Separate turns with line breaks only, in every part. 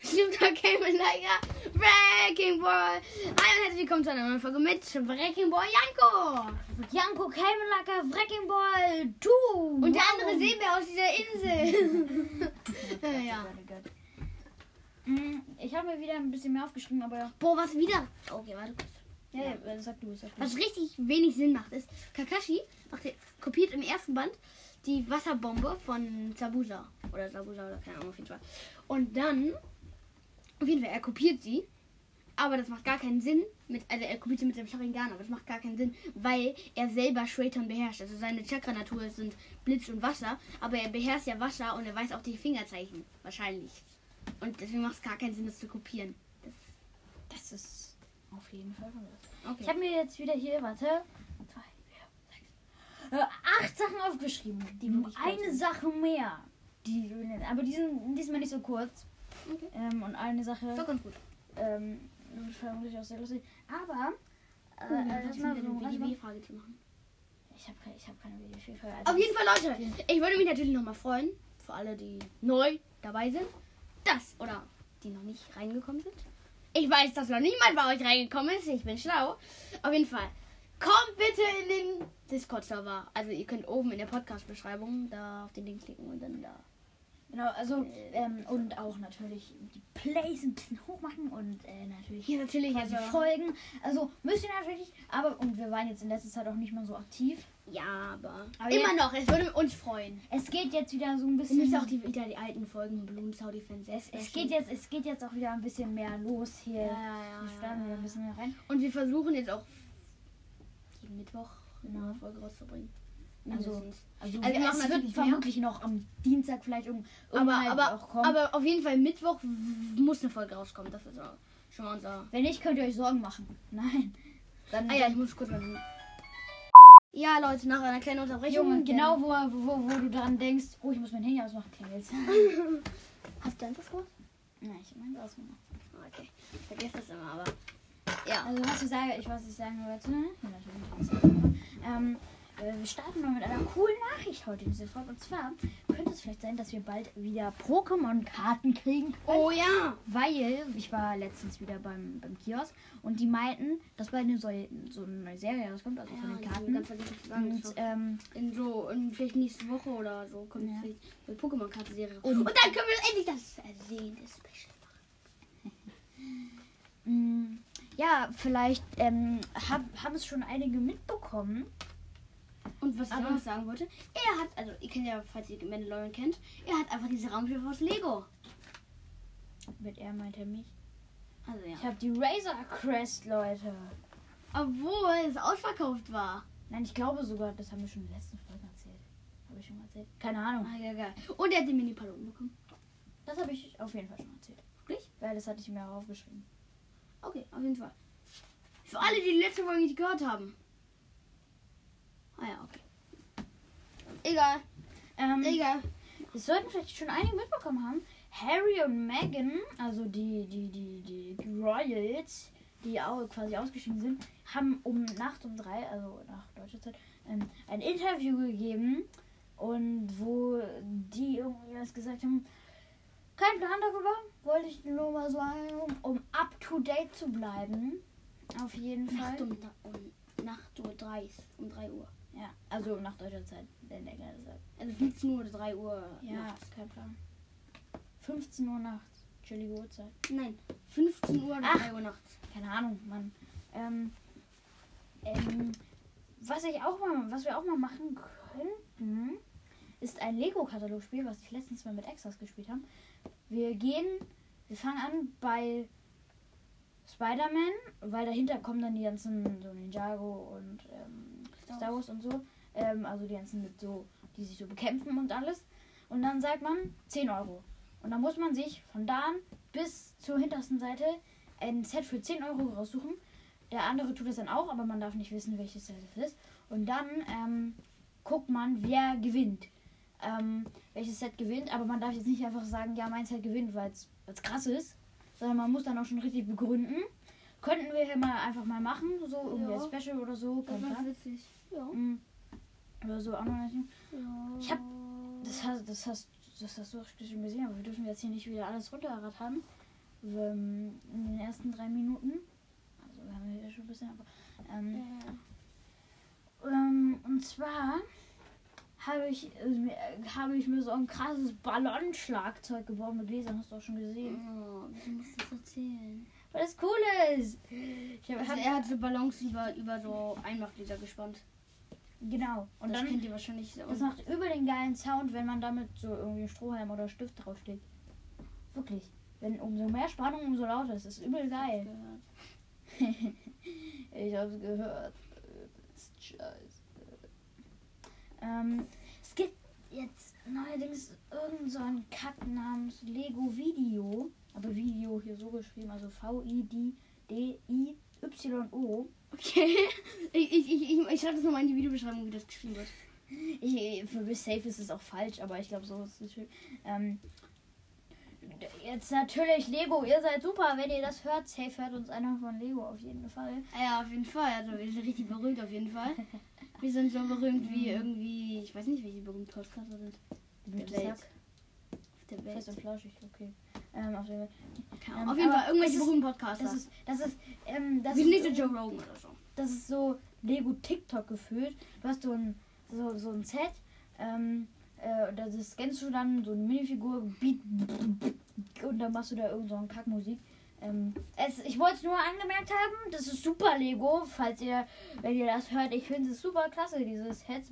Okay, mit Leica. Wrecking Ball. Hi und herzlich willkommen zu einer neuen Folge mit Wrecking Ball Janko.
Janko Kelmenlacker, Wrecking Ball, du!
Und der andere Seebär aus dieser Insel. ja.
Oh Hm, Ich habe mir wieder ein bisschen mehr aufgeschrieben, aber ja.
Boah, was wieder? Okay, warte kurz.
Ja, ja, äh, sag du, sag du.
Was richtig wenig Sinn macht, ist, Kakashi macht, kopiert im ersten Band die Wasserbombe von Zabuza. Oder Zabuza oder keine Ahnung, auf jeden Fall. Und dann, auf jeden Fall, er kopiert sie. Aber das macht gar keinen Sinn. Mit, also er kopiert sie mit dem Sharingan, aber das macht gar keinen Sinn, weil er selber Shraton beherrscht. Also seine Chakra-Natur sind Blitz und Wasser. Aber er beherrscht ja Wasser und er weiß auch die Fingerzeichen. Wahrscheinlich. Und deswegen macht es gar keinen Sinn, das zu kopieren.
Das ist auf jeden Fall was.
Okay.
Ich habe mir jetzt wieder hier, warte. Zwei, vier, sechs, äh, acht Sachen aufgeschrieben. Die
Hm, ich glaub
eine
nicht.
Sache mehr. Die, aber die sind diesmal nicht so kurz.
Okay.
Ähm, und eine Sache.
Das war ganz gut.
Ähm, das fand ich auch sehr lustig. Aber.
Oh,
Äh, äh, lass mal, warte mal.
frage zu machen.
Ich habe ich hab keine Videospielfrage.
Auf jeden Fall, Leute, ich würde mich natürlich nochmal freuen, für alle, die neu dabei sind, das oder die noch nicht reingekommen sind. Ich weiß, dass noch niemand bei euch reingekommen ist, ich bin schlau. Auf jeden Fall, kommt bitte in den Discord-Server. Also, ihr könnt oben in der Podcast-Beschreibung da auf den Link klicken und dann da.
Genau, also ähm, und auch natürlich die Plays ein bisschen hoch machen und äh, natürlich
Hier natürlich,
quasi
also.
folgen. Also müsst ihr natürlich, aber und wir waren jetzt in letzter Zeit auch nicht mehr so aktiv.
Ja, aber.
Aber
immer
jetzt-
noch, es würde uns freuen.
Es geht jetzt wieder so ein
Es müssen
bisschen.
auch die, wieder die alten Folgen Blumsau, die Fans.
es, es geht jetzt, es geht jetzt auch wieder ein bisschen mehr los hier.
Ja, ja, ja,
Wir
ja,
starten wieder
ja.
ein bisschen mehr rein.
Und wir versuchen jetzt auch jeden Mittwoch eine
Ja.
neue Folge rauszubringen.
Also,
Mindestens.
Also,
Also, wir machen
es wird
natürlich mehr.
vermutlich noch am Dienstag vielleicht um
aber,
irgendwann
aber,
auch kommen.
aber auf jeden Fall Mittwoch w- muss eine Folge rauskommen. Das ist auch schon mal unser.
Wenn nicht, könnt ihr euch Sorgen machen. Nein. Dann,
Ah ja, ich muss kurz mal. Ja, Leute, nach einer kleinen Unterbrechung.
Junge, genau wo, wo, wo du dran denkst, oh, ich muss mein Handy ausmachen, klingelt's.
genau. Hast du einfach vor?
Nein, ich hab meins ausgemacht.
Ah, Okay. Ich vergesse das immer, aber. Ja.
Also was ich sage, ich weiß, was ich sagen wollte. ne? Natürlich. Ähm, äh, wir starten mal mit einer coolen Nachricht heute in dieser Folge. Und zwar könnte es vielleicht sein, dass wir bald wieder Pokémon-Karten kriegen können.
Oh ja!
Weil ich war letztens wieder beim, beim Kiosk und die meinten, dass bald eine, so, so eine neue Serie rauskommt, also von den
ich hab Ganz
Karten.
vergessen zu sagen.
Und
dass wir
ähm,
in so, in vielleicht nächste Woche oder so kommt
Ja.
vielleicht eine Pokémon-Karten-Serie. raus.
Und-
Und dann können wir endlich das ersehnte Special.
mh, mm, ja, vielleicht ähm, hab, haben es schon einige mitbekommen.
Und was ich
Aber-
auch noch sagen wollte, er hat, also ihr kennt ja, falls ihr Mandalorian kennt, er hat einfach diese Raumschiffe aus Lego.
Mit er meint er mich.
Also ja.
Ich habe die Razor Crest, Leute.
Obwohl es ausverkauft war.
Nein, ich glaube sogar, das haben wir schon in der letzten Folge erzählt. Habe ich schon mal erzählt? Keine Ahnung.
Ah, geil, geil. Und er hat den Mini-Paloten bekommen.
Das habe ich auf jeden Fall schon erzählt.
Wirklich?
Weil das hatte ich mir auch aufgeschrieben.
Okay, auf jeden Fall. Für alle, die die letzte Folge nicht gehört haben. Ah ja, okay. Egal,
Ähm,
egal.
das sollten vielleicht schon einige mitbekommen haben. Harry und Meghan, also die, die, die, die Royals, die auch quasi ausgeschieden sind, haben um Nacht um drei, also nach deutscher Zeit, ähm, ein Interview gegeben und wo die irgendwie was gesagt haben. Kein Plan darüber, wollte ich nur mal sagen, um up to date zu bleiben. Auf jeden Fall.
Nacht um, um Nacht Uhr 3, um 3 Uhr.
Ja, also nach deutscher Zeit, wenn der Geist sagt.
Also 15 Uhr oder 3 Uhr.
Ja,
nachts.
kein Plan. 15 Uhr nachts, chillige Uhrzeit.
Nein, 15 Uhr oder
Ach.
3 Uhr nachts.
keine Ahnung, Mann. Ähm, ähm, was ich auch mal, was wir auch mal machen könnten, ist ein Lego-Katalogspiel, was ich letztens mal mit Extras gespielt haben. Wir gehen, wir fangen an bei Spider-Man, weil dahinter kommen dann die ganzen so Ninjago und ähm,
Star
Star Wars und so. Ähm, also die ganzen mit so, die sich so bekämpfen und alles. Und dann sagt man 10 Euro. Und dann muss man sich von da an bis zur hintersten Seite ein Set für 10 Euro raussuchen. Der andere tut das dann auch, aber man darf nicht wissen, welches Set es ist. Und dann ähm, guckt man, wer gewinnt. Ähm, welches Set gewinnt, aber man darf jetzt nicht einfach sagen, ja, mein Set gewinnt, weil es krass ist, sondern man muss dann auch schon richtig begründen. Könnten wir hier mal einfach mal machen, so irgendwie
Ja.
als Special oder so.
Das
kein
war
Plan.
witzig. Ja.
Mm. Oder so auch noch nicht.
ja.
Ich hab- Das hast, das hast, das hast du auch schon gesehen, aber wir dürfen jetzt hier nicht wieder alles runterrattern. ähm, in den ersten drei Minuten. Also wir haben ja schon ein bisschen, aber. Ähm, ähm, und zwar habe ich, äh, mir- äh, habe ich mir so ein krasses Ballonschlagzeug gebaut mit Gläsern, hast du auch schon gesehen.
Oh, wieso musst du das erzählen?
Weil das cool ist. Ich habe,
Also
hab,
er hat so Ballons über, über so Einmachglieder gespannt.
genau. Und
das
dann
kennt ihr wahrscheinlich so.
Das macht über den geilen Sound, wenn man damit so irgendwie einen Strohhalm oder Stift draufschlägt. Wirklich. Wenn umso mehr Spannung, umso lauter. Es ist übel geil.
gehört.
Ich hab's gehört. Übelst Scheiße. Ähm, es gibt jetzt neuerdings irgendeinen so einen Kack namens Lego Video. Aber Video hier so geschrieben, also V-I-D-D-I-Y-O.
Okay. Ich, ich, ich, ich, ich schreibe das nochmal in die Videobeschreibung, wie das geschrieben wird.
Ich, für mich safe ist es auch falsch, aber ich glaube, so ist es schön. Ähm, d- jetzt natürlich Lego, ihr seid super, wenn ihr das hört. Safe hört uns einer von Lego auf jeden Fall.
Ah Ja, auf jeden Fall. Also wir sind richtig berühmt auf jeden Fall. Wir sind so berühmt wie irgendwie, ich weiß nicht, welche berühmten Podcaster sind.
Mit
Welt.
Sack.
Auf der Welt.
Fest und flauschig, okay. Ähm, auf der Welt.
Keine Ahnung.
Ähm,
auf jeden
aber
Fall irgendwelche
es ist-
berühmten Podcaster.
Das ist, das ist, ähm, das
wir sind
ist,
nicht so Joe Rogan oder so.
das ist so Lego TikTok gefühlt. Du hast so ein, so, so ein Set, ähm, äh, und das scannst du dann so eine Minifigur, Beat, und dann machst du da irgend so einen Kackmusik. Ähm, es, ich wollte es nur angemerkt haben, das ist super Lego, falls ihr, wenn ihr das hört, ich finde es super klasse, dieses Set.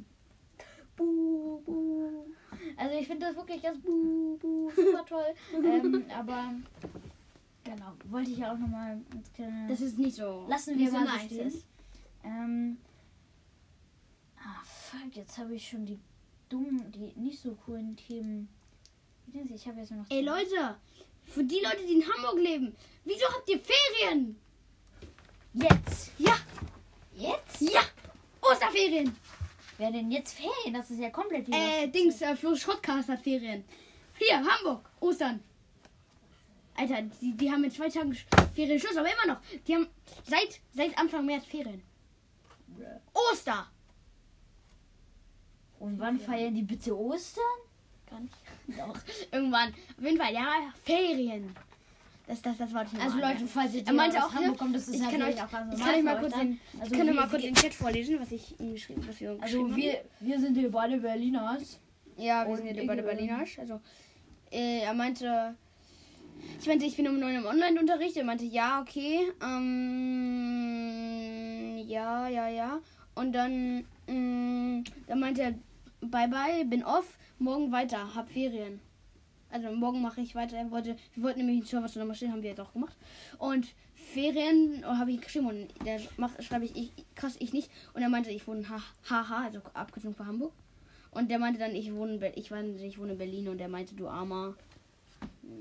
Buh, buh. Also ich finde das wirklich ganz buh, buh, super toll. ähm, aber genau, wollte ich ja auch nochmal als kleine
Das ist nicht so.
Lassen wir
nicht
mal so
nice
stehen.
ist.
Ähm. Ah, fuck, jetzt habe ich schon die dummen, die nicht so coolen Themen. Wie denn sie? Ich habe jetzt nur noch.
Ey
zwei.
Leute, für die Leute, die in Hamburg leben, wieso habt ihr Ferien?
Jetzt!
Ja,
Jetzt?
ja, Osterferien.
Wer denn jetzt Ferien? Das ist ja komplett die
Äh,
letzte
Dings,
Zeit.
äh, Flo Schrottcast hat Ferien. Hier, Hamburg, Ostern. Alter, die, die haben in zwei Tagen Sch- Ferien Schluss, aber immer noch. Die haben seit, seit Anfang März Ferien. Oster!
Und wann feiern die bitte Ostern?
Gar nicht. Doch, irgendwann. Auf jeden Fall, ja, Ferien. Das, das, das wollte ich noch
Also
mal
Leute,
anmerken.
falls ihr
Er meinte
aus
auch,
Hamburg
hier,
kommt, das ist
ich kann
natürlich
euch-
auch ganz
ich
normal
kann euch mal
für
kurz
euch,
den-
ne?
ich kann dir
wir-
mal kurz
wir-
den Chat vorlesen, was ich ihm geschrieben was wir
Also wir, wir sind hier beide Berliners.
Ja, wir
Und
sind hier
ich
bei der
bin-
Berliner. Also, äh, er meinte, ich meinte, ich bin um neun im Online-Unterricht. Er meinte, ja, okay. Ähm, ja, ja, ja. Und dann, mh, dann meinte er, bye bye, bin off, morgen weiter, hab Ferien. Also morgen mache ich weiter. Er wollte, wir wollten nämlich einen Server zusammenstellen, haben wir jetzt auch gemacht. Und Ferien oh, habe ich geschrieben und der macht, schreibe ich, ich, krass, ich nicht. Und er meinte, ich wohne in Ha- HH, also Abkürzung für Hamburg. Und der meinte dann, ich wohne in, Be ich war, ich wohne in Berlin und der meinte, du armer.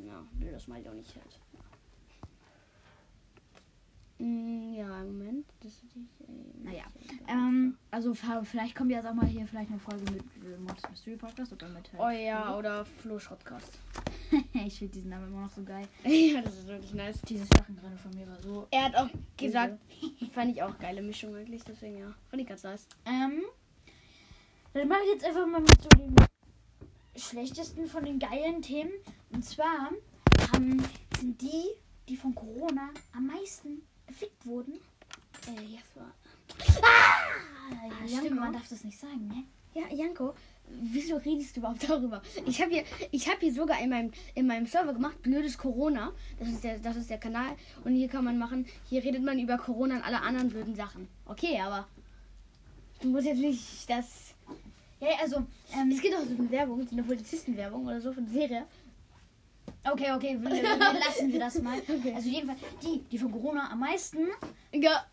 Ja, nö, das meinte ich auch nicht. Halt. Mm, ja, Moment. Das ist nicht, äh,
Naja,
nicht, äh,
Ähm, also fa- vielleicht kommt jetzt auch mal hier vielleicht eine Folge mit äh, Mortis Mystery Podcast oder mit halt-
Oh ja, oder Flo Schrottcast.
ich finde diesen Namen immer noch so geil.
ja, das ist wirklich nice.
Dieses Lachen gerade von mir war so.
Er hat auch gesagt, fand ich auch geile Mischung eigentlich, deswegen ja. Fand ich ganz nice.
Ähm, dann mache ich jetzt einfach mal mit so dem schlechtesten von den geilen Themen. Und zwar ähm, sind die, die von Corona am meisten gefickt wurden.
Äh, ja, war.
Ah,
Janko?
stimmt, man darf das nicht sagen, ne?
Ja, Janko, wieso redest du überhaupt darüber? Ich habe hier, ich habe hier sogar in meinem, in meinem Server gemacht, blödes Corona. Das ist, der, das ist der Kanal. Und hier kann man machen, hier redet man über Corona und alle anderen blöden Sachen. Okay, aber du musst jetzt nicht das.
Ja, ja, also, ähm,
Es gibt auch so eine Werbung, so eine Polizistenwerbung oder so von Serie.
okay, okay, wir, wir lassen wir das mal.
Okay.
Also jedenfalls, die, die von Corona am meisten
Ja,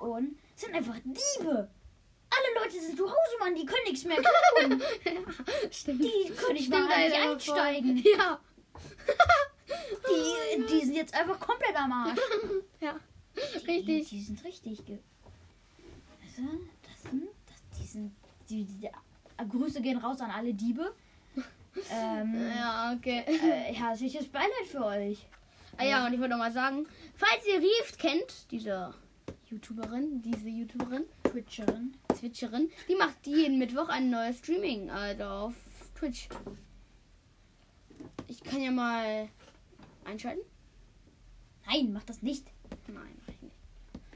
und sind einfach Diebe. Alle Leute sind zu Hause, Mann, die können nichts mehr klauen.
stimmt.
Die können nicht mal
Stimmt,
richtig
Alter, voll.
einsteigen.
Ja.
Die, die sind jetzt einfach komplett am Arsch.
Oh Ja.
Die,
Richtig.
die sind richtig. Ge also, das sind, das, die sind, die, die, die, Grüße gehen raus an alle Diebe. Ähm,
Ja, okay.
äh, herzliches Beileid für euch.
Ah ja, und ich wollte noch mal sagen, falls ihr Rieft kennt, diese YouTuberin, diese YouTuberin,
Twitcherin.
Twitcherin, die macht jeden Mittwoch ein neues Streaming, also auf Twitch. Ich kann ja mal einschalten.
Nein, mach das nicht.
Nein, mach ich nicht.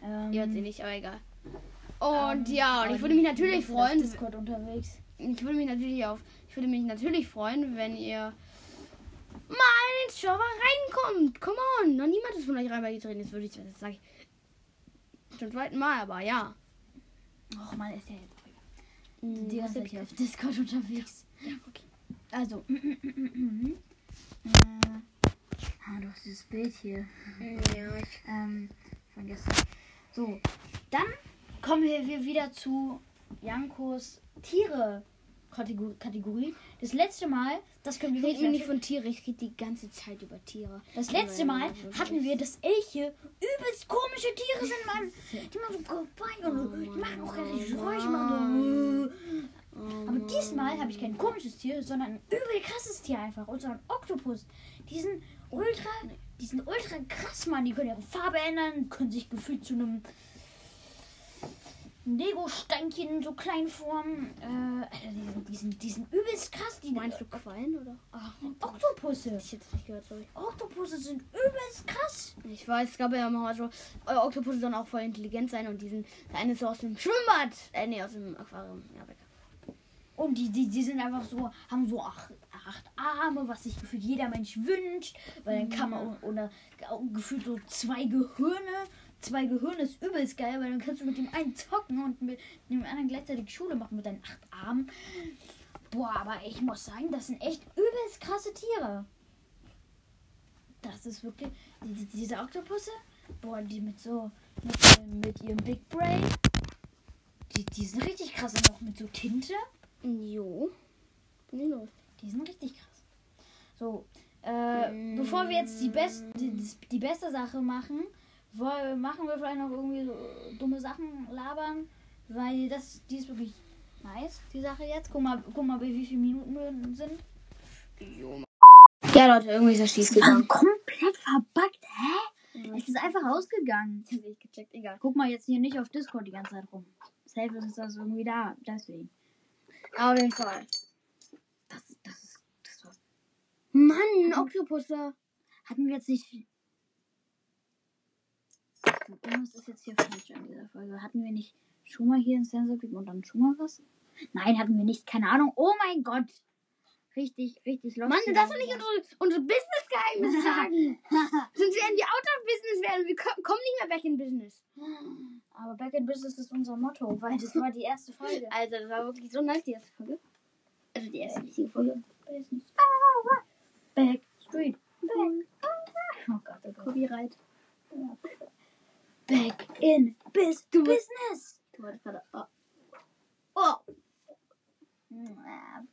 Ähm,
Ihr hört sie nicht, aber egal. Und
ähm,
ja, und
aber
ich würde mich
die- die
natürlich
sind auf
freuen.
Discord unterwegs.
Ich würde mich natürlich auf. Ich würde mich natürlich freuen, wenn ihr mal in den Server reinkommt. Come on. Noch niemand ist von euch rein beigetreten. Jetzt würde ich das sage ich. Zum zweiten Mal, aber ja.
Och man, ist ja jetzt auch egal.
Mm,
Die
was
ganze
soll
Zeit
ich
hier
jetzt?
auf Discord unterwegs.
Ja, okay.
Also. äh, ah, du hast dieses Bild hier.
Ja, ich,
Ähm, von gestern. So, dann kommen wir wir wieder zu Jankos Tiere-Kategorie. Das letzte Mal, das können wir
rede mir
wirklich
nicht von Tieren. Ich rede die ganze Zeit über Tiere.
Das letzte Mal
Nein, wirklich.
hatten wir, dass Elche übelst komische Tiere sind, Mann. Die machen so vorbei und die machen auch richtig Geräusche. Machen äh,
Oh
so. Aber diesmal habe ich kein komisches Tier, sondern ein übel krasses Tier einfach. Und zwar ein Oktopus. Die sind ultra, die sind ultra krass, Mann. Die können ihre Farbe ändern, können sich gefühlt zu einem Lego-Steinchen so klein formen. Äh, Alter, die sind, die sind, die sind übelst krass. Die
Meinst du Quallen oder?
Ach, Oktopusse.
Ich jetzt nicht gehört, sorry.
Oktopusse sind übelst krass.
Ich weiß, es gab ja immer mal so, euer Oktopus sollen auch voll intelligent sein und diesen, der eine ist so aus dem Schwimmbad, äh, nee, aus dem Aquarium, ja, weg.
Und die, die, die sind einfach so, haben so acht, acht Arme, was sich gefühlt jeder Mensch wünscht. Weil dann kann man, oder gefühlt so zwei Gehirne. Zwei Gehirne ist übelst geil, weil dann kannst du mit dem einen zocken und mit dem anderen gleichzeitig Schule machen mit deinen acht Armen. Boah, aber ich muss sagen, das sind echt übelst krasse Tiere. Das ist wirklich. Die, die, diese Oktopusse, boah, die mit so. mit, mit ihrem Big Brain. Die, die sind richtig krass und auch mit so Tinte.
Jo. Nee, los.
Die sind richtig krass. So, äh,
Mm.
bevor wir jetzt die, best, die, die- die beste Sache machen, woll, machen wir vielleicht noch irgendwie so dumme Sachen labern, weil das, die ist wirklich nice, die Sache jetzt. Guck mal, guck mal, wie viele Minuten wir sind.
Ja, Leute, irgendwie ist er schief gegangen.
komplett verbuggt, hä? Es ist einfach ausgegangen.
Ich hab nicht gecheckt, egal.
Guck mal jetzt hier nicht auf Discord die ganze Zeit rum. Safe ist das irgendwie da, deswegen.
Auf jeden Fall.
Das, das ist, das war,
Mann, Oktopusse.
hatten wir jetzt nicht... Irgendwas ist jetzt hier falsch an dieser Folge. Hatten wir nicht schon mal hier einen Sensor und dann schon mal was? Nein, hatten wir nicht. Keine Ahnung. Oh mein Gott. Richtig, richtig los.
Mann, du darfst doch nicht unsere, unsere Business-Geheimnisse sagen. Sonst werden wir out of business werden. Wir ko- kommen nicht mehr back in business.
Aber Back in Business ist unser Motto, weil das war die erste Folge.
Alter, das war wirklich so nice, die erste Folge. Also die erste richtige Folge.
Back Street. Back. Oh Gott, oh Gott.
Copyright.
Back in Bus Business.
Du wolltest gerade. Oh. Oh.
Hm,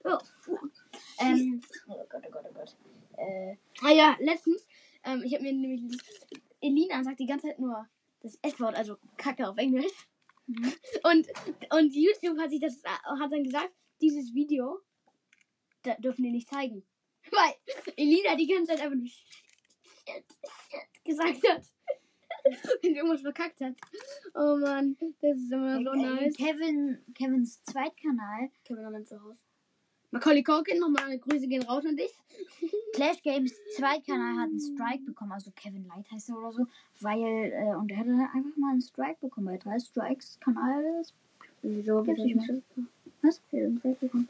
Oh.
äh, Ähm, oh Gott, oh Gott, oh Gott. Äh,
Ah ja, letztens, ähm, ich habe mir nämlich. Elina sagt die ganze Zeit nur das S-Wort, also Kacke auf Englisch. Mhm. Und, und YouTube hat sich das äh, hat dann gesagt, dieses Video da dürfen die nicht zeigen. Weil Elina die ganze Zeit einfach nur gesagt hat. Und irgendwas verkackt hat. Oh Mann, das ist immer so
äh,
nice.
Kevin, Kevins Zweitkanal
Kameramann zu Hause. Macaulay Culkin, nochmal Grüße gehen raus an dich.
Clash Games 2 Kanal hat einen Strike bekommen, also Kevin Light heißt er oder so, weil, äh, und er hat dann einfach mal einen Strike bekommen, weil drei Strikes Kanal ist.
Wieso?
Gibt's nicht mehr.
Was? Street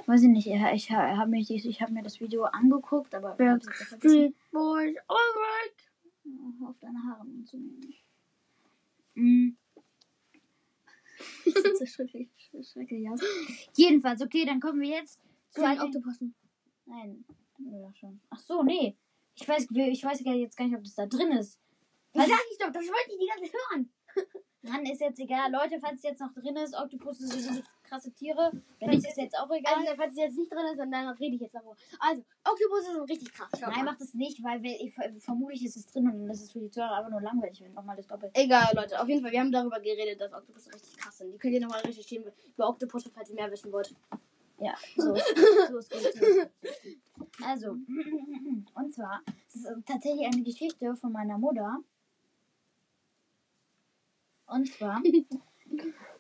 Weiß ich nicht, ich, ich, ha- hab mich- ich, ich habe mir das Video angeguckt, aber ich hab's jetzt vergessen,
Boys, alright!
äh, auf deine Haare zu nehmen. Mm.
Das ist schrecklich, schrecklich aus.
Jedenfalls, okay, dann kommen wir jetzt zu
Zwei
einem
Oktopussen.
Nein, hatten wir doch schon. Ach so, nee. Ich weiß, ich weiß ja jetzt gar nicht, ob das da drin ist. Was?
sag ich doch, das wollte ich die ganze Zeit hören.
Mann, ist jetzt egal. Leute, falls es jetzt noch drin ist, Oktopusse sind so krasse Tiere. Wenn nicht, ist jetzt auch egal.
Also, falls es jetzt nicht drin ist, dann dann rede ich jetzt darüber. Also, Oktopusse sind richtig krass. Schau
Nein,
mal.
macht es nicht, weil wir, ich, vermutlich ist es drin und dann ist es für die Zuhörer aber nur langweilig, wenn nochmal das Doppel.
Egal, Leute, auf jeden Fall, wir haben darüber geredet, dass Oktopusse richtig krass sind. Die könnt ihr nochmal recherchieren über Oktopusse, falls ihr mehr wissen wollt.
Ja, so ist so ist gut, so ist gut. Also, und zwar, es ist tatsächlich eine Geschichte von meiner Mutter. Und zwar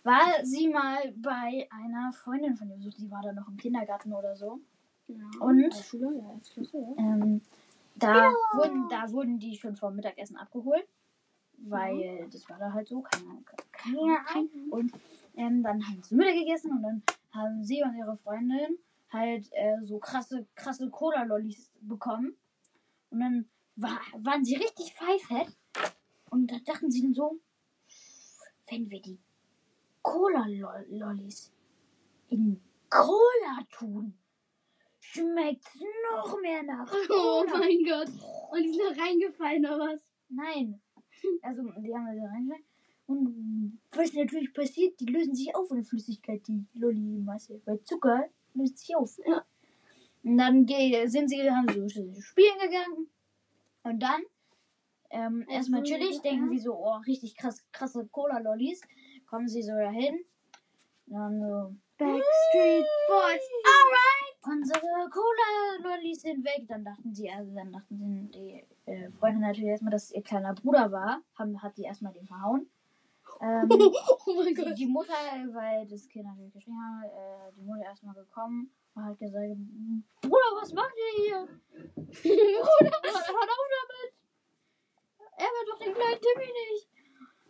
war sie mal bei einer Freundin von ihr, so, die war da noch im Kindergarten oder so. Und?
Als Schüler, ja, als Klasse, ja.
Ähm, da, wurden, da wurden die schon vor Mittagessen abgeholt. weil das war da halt so, keine, keine Ahnung. Und ähm, dann haben sie Mittag gegessen und dann haben sie und ihre Freundin halt äh, so krasse, krasse Cola-Lollis bekommen. Und dann war, waren sie richtig pfeifert und da dachten sie dann so, wenn wir die Cola-Lollis in Cola tun, schmeckt's noch mehr nach
Oh
Cola.
mein Gott. Und die sind da reingefallen oder was?
Nein. Also, die haben da reingeschlagen. Und was natürlich passiert, die lösen sich auf in Flüssigkeit, die Lolli-Masse. Weil Zucker löst sich auf.
Ja.
Und dann ge- sind sie, haben so spielen gegangen. Und dann, ähm, erstmal
Also,
chillig,
ja.
denken sie so, oh, richtig krass, krasse Cola-Lollis. Kommen sie so dahin. Und dann so,
Backstreet Boys.
unsere Cola-Lollis sind weg. Dann dachten sie, also dann dachten sie, die äh, Freundin natürlich erstmal, dass es ihr kleiner Bruder war, haben, hat die erstmal den verhauen. Ähm,
Oh mein
die,
Gott.
die Mutter, weil das Kind natürlich geschrien hat, äh, die Mutter erstmal gekommen und hat gesagt, Bruder, was macht ihr hier? Bruder, hört auf damit! Er wird doch den kleinen Timmy nicht! Äh,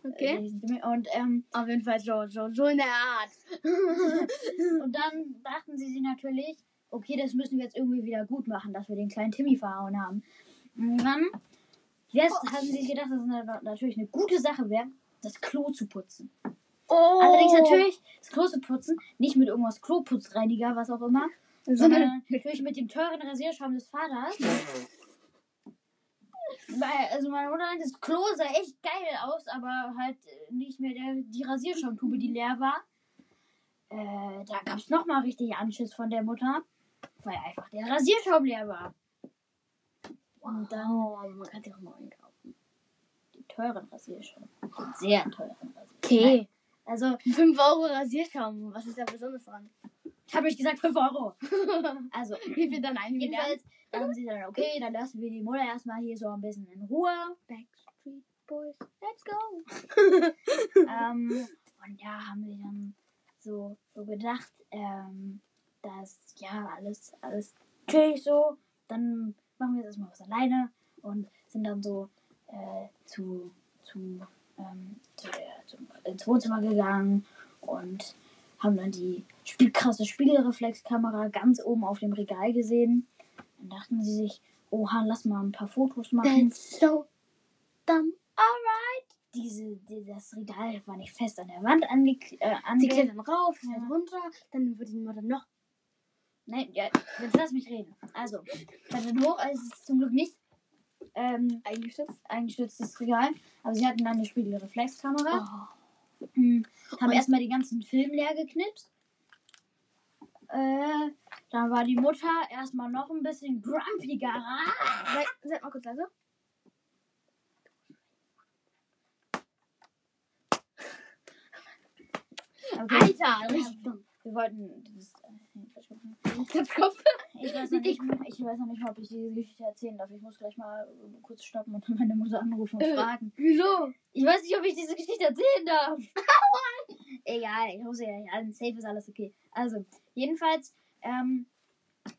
Okay.
diesen Timmy. Und ähm,
Auf jeden Fall so, so, so in der Art.
Und dann dachten sie sich natürlich, okay, das müssen wir jetzt irgendwie wieder gut machen, dass wir den kleinen Timmy verhauen haben. Und dann jetzt haben sie sich gedacht, dass es na- natürlich eine gute Sache wäre, das Klo zu putzen.
Oh.
Allerdings natürlich das Klo zu putzen, nicht mit irgendwas Kloputzreiniger, was auch immer, sondern natürlich mit dem teuren Rasierschaum des Vaters. Weil, also meine Mutter meinte, das Klo sah echt geil aus, aber halt äh, nicht mehr der, die Rasierschaumtube, die leer war. Äh, da gab es nochmal richtig Anschiss von der Mutter, weil einfach der Rasierschaum leer war. Und dann
man kann sich auch mal einkaufen.
den teuren Rasierschaum. Den Sehr teuren Rasierschaum.
Okay.
Also,
5 Euro Rasierschaum. Was ist da besonders dran?
ich habe euch gesagt 5 Euro. Also,
Wie wir dann eigentlich
jedenfalls haben sie dann, okay, dann lassen wir die Mutter erstmal hier so ein bisschen in Ruhe.
Backstreet Boys. Let's go.
ähm, und ja, haben wir dann so, so gedacht, ähm, dass ja, alles, alles chillig so. Dann machen wir jetzt erstmal was alleine und sind dann so äh, zu, zu, ähm, zu der, zum, ins Wohnzimmer gegangen und haben dann die spiel krasse Spiegelreflexkamera ganz oben auf dem Regal gesehen. Dann dachten sie sich, oha, lass mal ein paar Fotos machen
That's so dumb.
diese, die, das Regal war nicht fest an der Wand ange, äh,
Sie
ange
klettern rauf, sie
Ja.
fällt runter, dann wird die Mutter noch.
Nein, ja, jetzt lass mich reden. Also, dann hoch, also es ist zum Glück nicht ähm, eingestürzt, eingestürztes Regal. Aber sie hatten dann eine Spiegelreflexkamera. Hm, haben
Oh. Und-
erstmal den ganzen Film leer geknipst. Äh, dann war die Mutter erstmal noch ein bisschen grumpiger.
Seid, seid mal kurz also. leise.
Okay,
Alter, richtig dumm.
wir wollten. Das, äh,
Klapskopf.
Ich weiß, noch nicht, ich weiß noch nicht mal, ob ich diese Geschichte erzählen darf. Ich muss gleich mal äh, kurz stoppen und meine Mutter anrufen und
Äh.
fragen.
Wieso?
Ich weiß nicht, ob ich diese Geschichte erzählen darf. Egal, ich muss ja nicht an. Safe ist alles okay. Also, jedenfalls, ähm,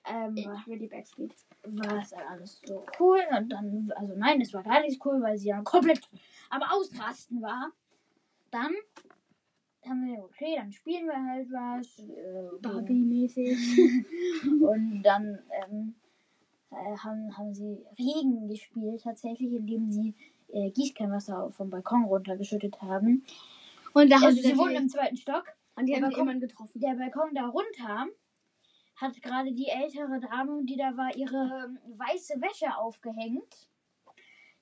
ähm,
will die Backstreet.
war es dann alles so cool. Und dann, also nein, es war gar nicht cool, weil sie ja komplett am Ausrasten war. Dann haben wir, okay, dann spielen wir halt was. Äh, gegen-
Barbie-mäßig.
und dann ähm, äh, haben, haben sie Regen gespielt, tatsächlich, indem sie äh, Gießkannenwasser vom Balkon runtergeschüttet haben.
Und da haben
Also,
sie,
sie wohnen
natürlich-
im zweiten Stock.
Und die
im
haben
Balkon.
jemanden getroffen.
Der Balkon darunter hat gerade die ältere Dame, die da war, ihre ähm, weiße Wäsche aufgehängt.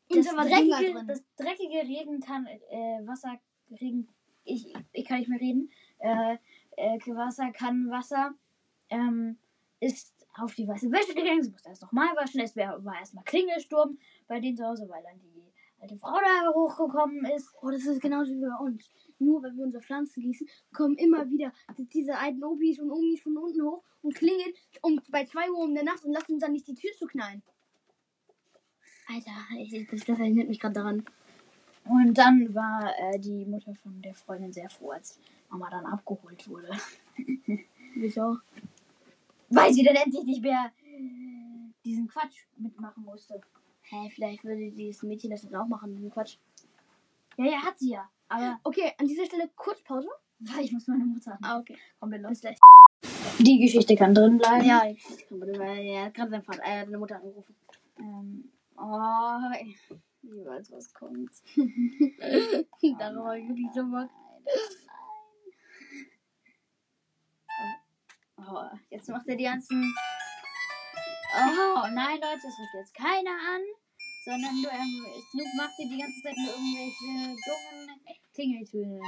Und
Das
da war Dünger
dreckige,
drin.
das dreckige Regentan äh, Wasser, Regen, ich, ich kann nicht mehr reden, äh, äh, Wasser, kann Wasser, ähm, ist auf die weiße Wäsche gegangen. Sie musste erst nochmal waschen. Es wär, war erstmal Klingelsturm bei denen zu Hause, weil dann die alte Frau da hochgekommen ist.
Oh, das ist genauso wie bei uns. Nur weil wir unsere Pflanzen gießen, kommen immer wieder diese alten Obis und Omis von unten hoch und klingeln um bei 2 Uhr um der Nacht und lassen uns dann nicht die Tür zu knallen. Alter, ich, ich- das, das erinnert mich gerade daran.
Und dann war äh, die Mutter von der Freundin sehr froh, als Mama dann abgeholt wurde.
Wieso?
Weil sie dann endlich nicht mehr diesen Quatsch mitmachen musste.
Hä, vielleicht würde dieses Mädchen das dann auch machen, diesen Quatsch.
Ja, ja, hat sie ja. Aber
Okay, an dieser Stelle Kurzpause.
weil ich muss meine Mutter haben.
Ah, okay.
Komplett
Bis
los.
gleich.
Die Geschichte kann drin bleiben.
Ja, jetzt kann man, weil er hat gerade seinen Vater, äh, seine Mutter angerufen.
Ähm,
Oh, ey. niemals was kommt. Darauf habe ich wirklich so Bock.
oh, jetzt macht er die ganzen. Oh, nein, Leute, das ruft jetzt keiner an. Sondern nur, ähm, Snoop macht dir die ganze Zeit nur irgendwelche dummen Klingeltöne.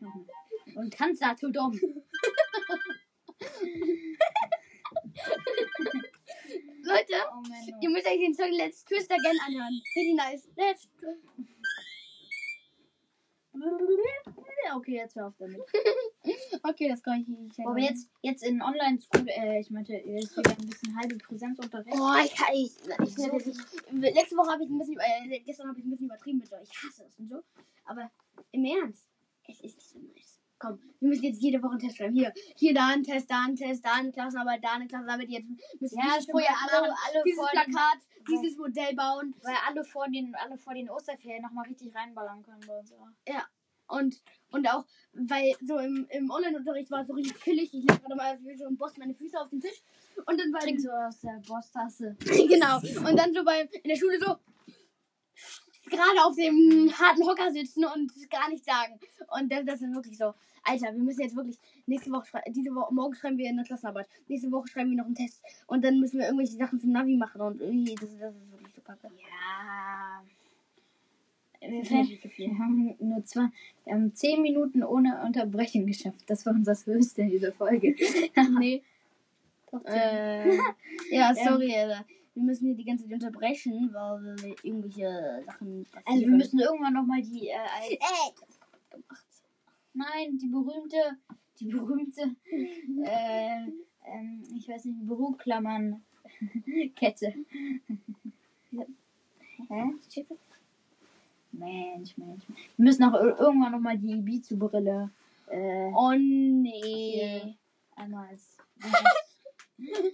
Junge. Und kannst dazu dumm.
Leute,
Oh, Menno.
ihr müsst euch den Song Let's Twist Again anhören. Richtig nice. Let's Twist.
Okay, jetzt hör auf damit.
Okay, das kann ich nicht.
Aber jetzt, jetzt in Online-School, äh, ich meinte, jetzt wieder ein bisschen halbe Präsenzunterricht.
Oh, ich kann ich, ich, ich Letzte Woche habe ich ein bisschen, äh, gestern habe ich ein bisschen übertrieben mit so. Ich hasse es und so. Aber im Ernst, es ist nicht so nice. Komm, wir müssen jetzt jede Woche einen Test schreiben. Hier, hier, da ein Test, da ein Test, da eine Klassenarbeit, da eine Klassenarbeit. Jetzt müssen
Ja,
dieses
stimmt, weil alle,
machen,
alle,
dieses
vor den,
Plakat, dieses Modell bauen.
weil alle vor den, alle vor den Osterferien nochmal richtig reinballern können bei uns. auch.
Und, und auch, weil so im, im Online-Unterricht war es so richtig killig. Ich lag gerade mal wie so ein Boss meine Füße auf den Tisch. Und dann war
Trinkst du aus der Boss-Tasse.
Genau. Und dann so bei, in der Schule so gerade auf dem harten Hocker sitzen und gar nichts sagen. Und das, das ist wirklich so. Alter, wir müssen jetzt wirklich nächste Woche schrei- diese Woche morgen schreiben wir eine Klassenarbeit. Nächste Woche schreiben wir noch einen Test und dann müssen wir irgendwelche Sachen für Navi machen und irgendwie das, das ist wirklich so kacke.
Ja.
Das
Wir,
ist nicht so viel.
wir haben nur zwei, wir haben zehn Minuten ohne Unterbrechen geschafft. Das war unser Höchste in dieser Folge.
nee.
Doch,
Äh, ja,
Ähm.
sorry, Alter. Wir müssen hier die ganze Zeit unterbrechen, weil wir irgendwelche Sachen passieren.
also wir müssen irgendwann nochmal die, äh, als-
Ey!
nein, die berühmte, die berühmte, äh, ähm, ich weiß nicht, Büroklammern Kette. Hä? Mensch, Mensch, Mensch. Wir müssen auch ir- irgendwann nochmal die Ibizu-Brille äh,
Oh nee.
einmal als.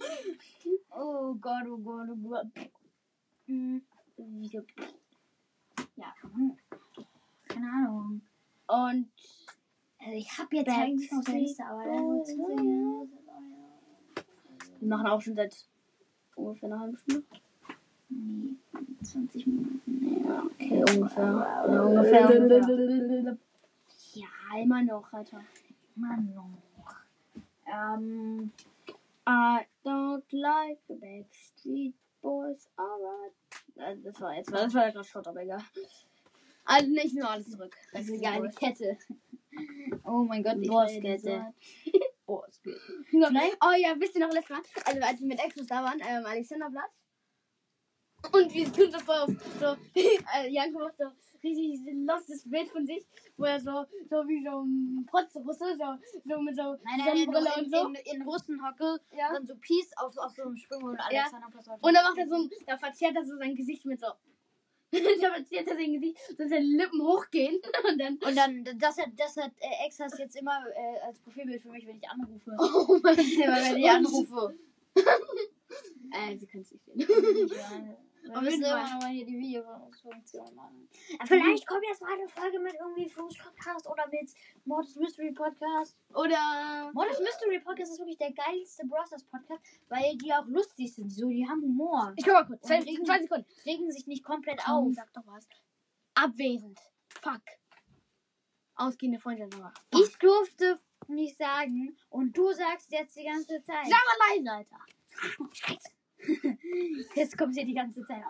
oh Gott, oh Gott, oh Gott. Hm,
Wieso
Ja, hm. keine Ahnung.
Und
Also ich hab jetzt
Backstreet
eigentlich noch die Liste, aber
Boys,
dann.
wir machen auch schon seit ungefähr einer halben Stunde.
Nee, 20 Minuten.
Ja, okay, ungefähr. Ja, ungefähr, ungefähr. Ja, immer noch, Alter.
Mann, noch. Ähm,
I don't like the Backstreet Boys, alright. Äh, Das war jetzt, das war jetzt noch Shot, aber egal. Also nicht nur alles zurück. Das
also
ist
ja,
egal.
eine Kette. Oh mein Gott, ich
Boss-Kette.
Bosskette.
Oh ja, wisst ihr noch letztes Mal? Also als wir mit Exos da waren, ähm, Alexanderplatz. Und wir tun so voll auf, so, äh, Janko macht so richtig lostes Bild von sich, wo er so, so wie so ein Protzerusse, so, so mit so
Nein, nein, nein,
Sonnenbrille
nur in,
und so.
in, in Russenhocke.
Ja.
Dann so Peace auf, auf so einem Sprung und
Ja.
Alexanderplatz. Ja.
Und dann macht er so, ein- da verzerrt er so sein Gesicht mit so. da verzerrt er sein Gesicht, dass seine Lippen hochgehen und dann,
Und dann, das hat, das hat äh, Exas jetzt immer äh, als Profilbild für mich, wenn ich anrufe.
oh mein Gott,
Immer wenn ich anrufe.
Äh, sie können es nicht sehen.
Wir
Auf
müssen
jeden Fall.
immer nochmal hier die Videofunktion machen. Vielleicht kommt jetzt mal eine Folge mit irgendwie Fluss Podcast oder mit Mordes Mystery Podcast.
Oder,
Mordes Mystery Podcast ist wirklich der geilste Brothers Podcast, weil die auch lustig sind. So, die haben Humor.
ich komm mal kurz, zwei,
Und regen-
zwei Sekunden.
Regen sich nicht komplett
auf.
auf.
Sag doch was. Abwesend. Fuck. Ausgehende Freundschaft nochmal.
Ich durfte nicht sagen und du sagst jetzt die ganze Zeit.
Sag mal leise, Alter.
Jetzt kommt hier die ganze Zeit.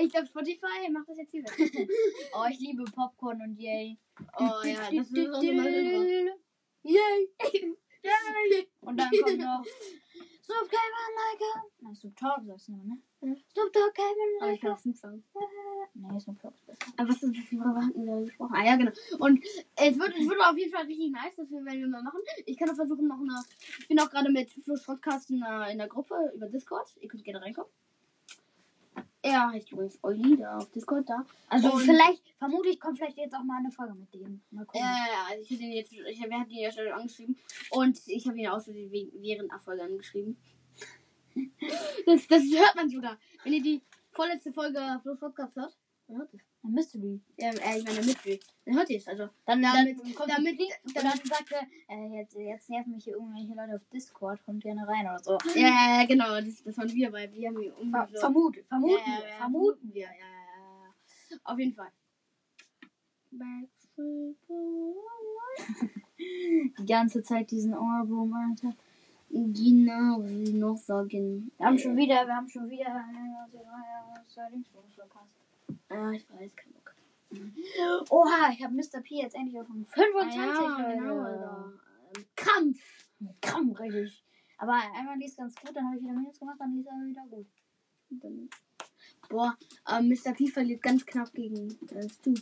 Ich glaube, Spotify macht das jetzt hier weg.
Oh, ich liebe Popcorn und yay.
Oh ja, das ist auch immer
Yay! Yay! Und dann kommt noch Snoop Came and Like a. Nein, Snoop Talk sagst du nur, ne?
Ja.
Snoop Talk Came and
Aber ich
Like
kann
a.
das nicht sagen.
Nee, Snoop Talk ist besser.
Aber was ist das, worüber hatten wir gesprochen? Ah ja, genau. Und es wird, es wird auf jeden Fall richtig nice, dass wir, wenn wir mal machen. Ich kann auch versuchen, noch eine. Ich bin auch gerade mit Fluss Podcast in der, in der Gruppe über Discord. Ihr könnt gerne reinkommen. Er heißt übrigens Oli, da auf Discord da.
Also,
Und-
vielleicht, vermutlich kommt vielleicht jetzt auch mal eine Folge mit dem. Mal gucken.
Ja, ja, also ich hatte ihn jetzt, ich hab, wir hatten ihn ja schon angeschrieben und ich habe ihn auch während Erfolge angeschrieben. Das, das hört man sogar. Wenn ihr die vorletzte Folge Fluss Podcast Flot. Dann hört ihr es.
Ein Mystery.
Ähm, äh, ich meine Mystery. Dann hört ihr es. Also,
Dann,
Damit-
dann kommt
damit-
damit, und dann sagt er, äh, jetzt, jetzt nerven mich hier irgendwelche Leute auf Discord, kommt gerne rein oder so. Also,
ja, ja, ja, genau. Das, das waren wir bei. Wir haben hier
Ver
umgeschlossen.
vermuten, vermuten,
ja,
wir,
ja, ja,
vermuten.
vermuten wir. Ja, ja, ja. Auf jeden Fall. Backstreet Boys.
Die ganze Zeit diesen Ohrwurm, Alter.
Genau, was will ich noch sagen?
Wir haben schon wieder, wir haben schon wieder äh, Dingsbums verpasst.
Ah, ich weiß, kein Bock.
Oha, ich habe Mr. P jetzt endlich auf dem 25.
Ah, ja, genau,
Leute.
Alter. Ähm, Krampf.
Kramm, richtig. Aber einmal lief es ganz gut, dann habe ich wieder Minus gemacht, dann lief es aber wieder gut.
Dann- Boah, ähm, Mr. P verliert ganz knapp gegen äh, Stu.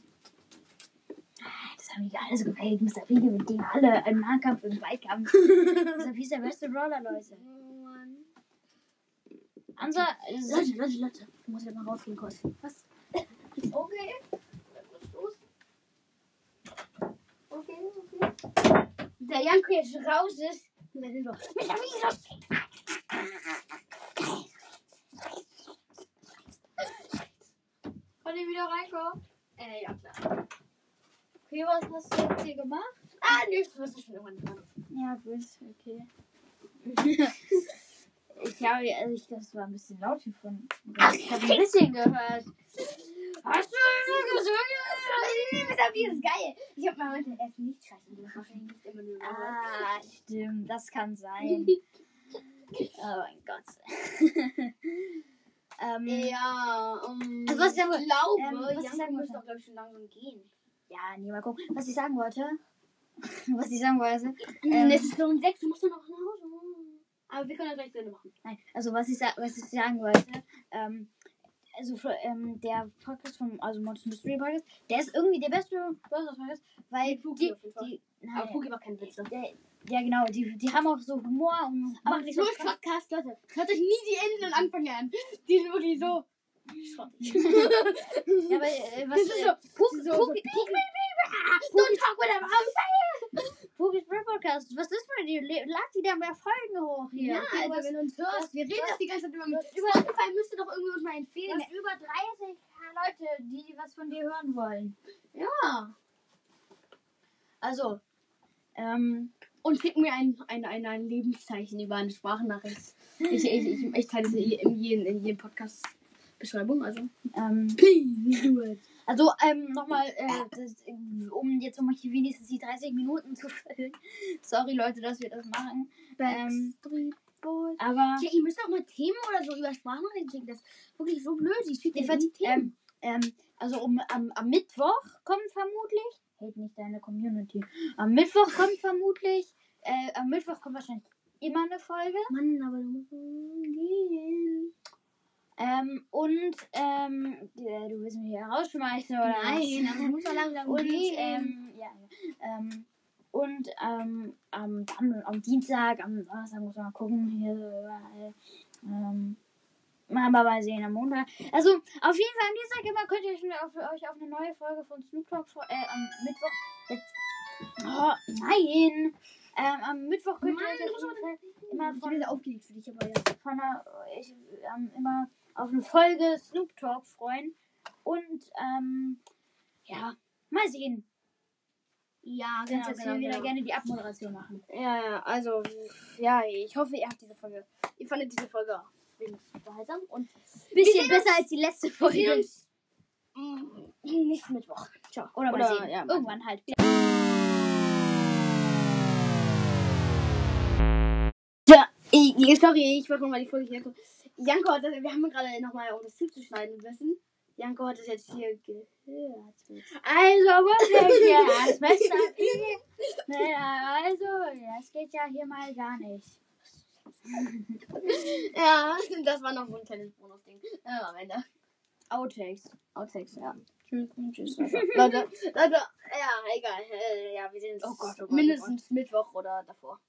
Das haben die alle so gefällt. Mr. P gewinnt gegen alle im Nahkampf, im Weitkampf. Mr. P ist der beste Brawler, Leute. Ansa,
Leute, Leute, Leute. Ich muss jetzt mal rausgehen, kurz. Was?
okay.
Okay, okay. Der Janko jetzt raus ist. Und dann ist er so, Mr. P ist raus.
Kann ich wieder reinkommen? Äh, ja, klar. Okay, was hast du jetzt hier gemacht?
Ah, nö, das ist schon irgendwann dran.
Ja, gut, okay. Ich habe, also ich glaube, es war ein bisschen laut hier von. Ich habe ein bisschen gehört.
Hast du immer gesungen? Mr. P ist geil. Ich hab mal heute erst nicht scheiße gemacht. Ich muss immer nur
Ah, stimmt, das kann sein. Oh mein Gott. ähm,
Ja, um,
Also was ich sagen wollte,
glaube,
ähm, was ich
Janko
sagen
müsste
wollte.
auch, glaube ich, schon langsam gehen.
Ja, nee, mal gucken. Was ich sagen wollte. Was ich sagen wollte.
Ähm,
es
es ist um sechs, du musst ja noch nach Hause. Aber wir können das gleich zu Ende machen.
Nein, also was ich, sa- was ich sagen wollte. Ähm, also für, ähm, der Podcast vom also Monster Mystery Podcast, der ist irgendwie der beste Podcast, weil
Mit Puki
die,
auf jeden Fall.
die
Aber
nein,
Puki macht keine Witze.
der, ja genau, die, die haben auch so Humor und
Aber
machen
Fluss Podcast, Leute, hört euch nie die Enden und Anfänge an. Die sind wirklich so schrottig.
ja, aber, äh, was
Das ist so,
Puki,
so- so-
Puki, Puki,
Ah, Don't talk with them.
Pukis Brain Podcast, was ist mit dir? Le- Lad die da mehr Folgen hoch hier.
Ja,
Du
also
hast-
wenn du uns hörst, wir reden
was-
das die ganze Zeit immer mit.
was-
Spotify müsste doch irgendwie uns mal
du
empfehlen.
hast über 30 Leute, die was von dir hören wollen.
Ja.
Also, ähm,
Und schick mir ein, ein, ein, ein Lebenszeichen über eine Sprachnachricht. Ich, ich, ich, ich teile es in jedem, in jedem Podcast. Beschreibung, also.
ähm,
Please do it.
also ähm, nochmal, äh, das, äh, um jetzt nochmal hier wenigstens die 30 Minuten zu füllen. Sorry Leute, dass wir das machen. Ähm,
Backstreet Boys.
Aber
Ja, ihr müsst auch mal Themen oder so über Sprachnachrichten schicken. Das ist wirklich so blöd. Ich schicke
ich
dir
werd,
die Themen.
ähm, ähm, also um, am, am Mittwoch kommt vermutlich, hält nicht deine Community, am Mittwoch kommt vermutlich, äh, am Mittwoch kommt wahrscheinlich immer eine Folge.
Mann, aber du musst gehen.
Ähm, und ähm, äh, du willst mich hier rausschmeißen oder
Nein, aber du musst auch langsam
was? Und
gehen.
ähm, ja, ja. ähm, und ähm, am, dann, am Dienstag, am Donnerstag muss man mal gucken hier so überall. Ähm, mal mal- mal sehen am Montag. Also auf jeden Fall am Dienstag immer könnt ihr schon auf, euch auf eine neue Folge von Snoop Dogg vor, äh, am Mittwoch. Jetzt, oh, nein. Ähm, am Mittwoch könnt
Mann,
ihr euch
du
auf
musst
jeden Fall
immer
immer
von
von-
wieder aufgelegt für dich, aber ja.
von einer, ich, ähm, immer auf eine Folge Snoop Talk freuen. Und ähm, ja, mal sehen.
Ja, genau,
Du kannst jetzt hier wieder gerne die Abmoderation machen.
Ja, ja, also, ja, ich hoffe, ihr habt diese Folge. Ihr fandet diese Folge wenigstens unterhaltsam und
Bisschen
sehen
besser als die letzte
wir sehen
Folge.
uns mm, nächsten Mittwoch. Ciao.
Oder mal sehen.
ja, mal
Irgendwann halt.
Ja, ich, ich- sorry, ich wollte nochmal die Folge Janko. Janko hat das, wir haben gerade nochmal, um das zuzuschneiden müssen. Janko hat das jetzt hier gehört.
Also, was geht ja? Das Beste am Igel. Naja, also, das geht ja hier mal gar nicht.
Ja, das war noch so ein kleines Bonus-Ding. Äh, am Ende.
Outtakes.
Outtakes, ja. Tschüss, tschüss. Leute, Leute, Leute, ja, egal. Äh, Ja, wir sehen uns
Oh Gott, oh Gott, oh
mindestens Mittwoch oder davor.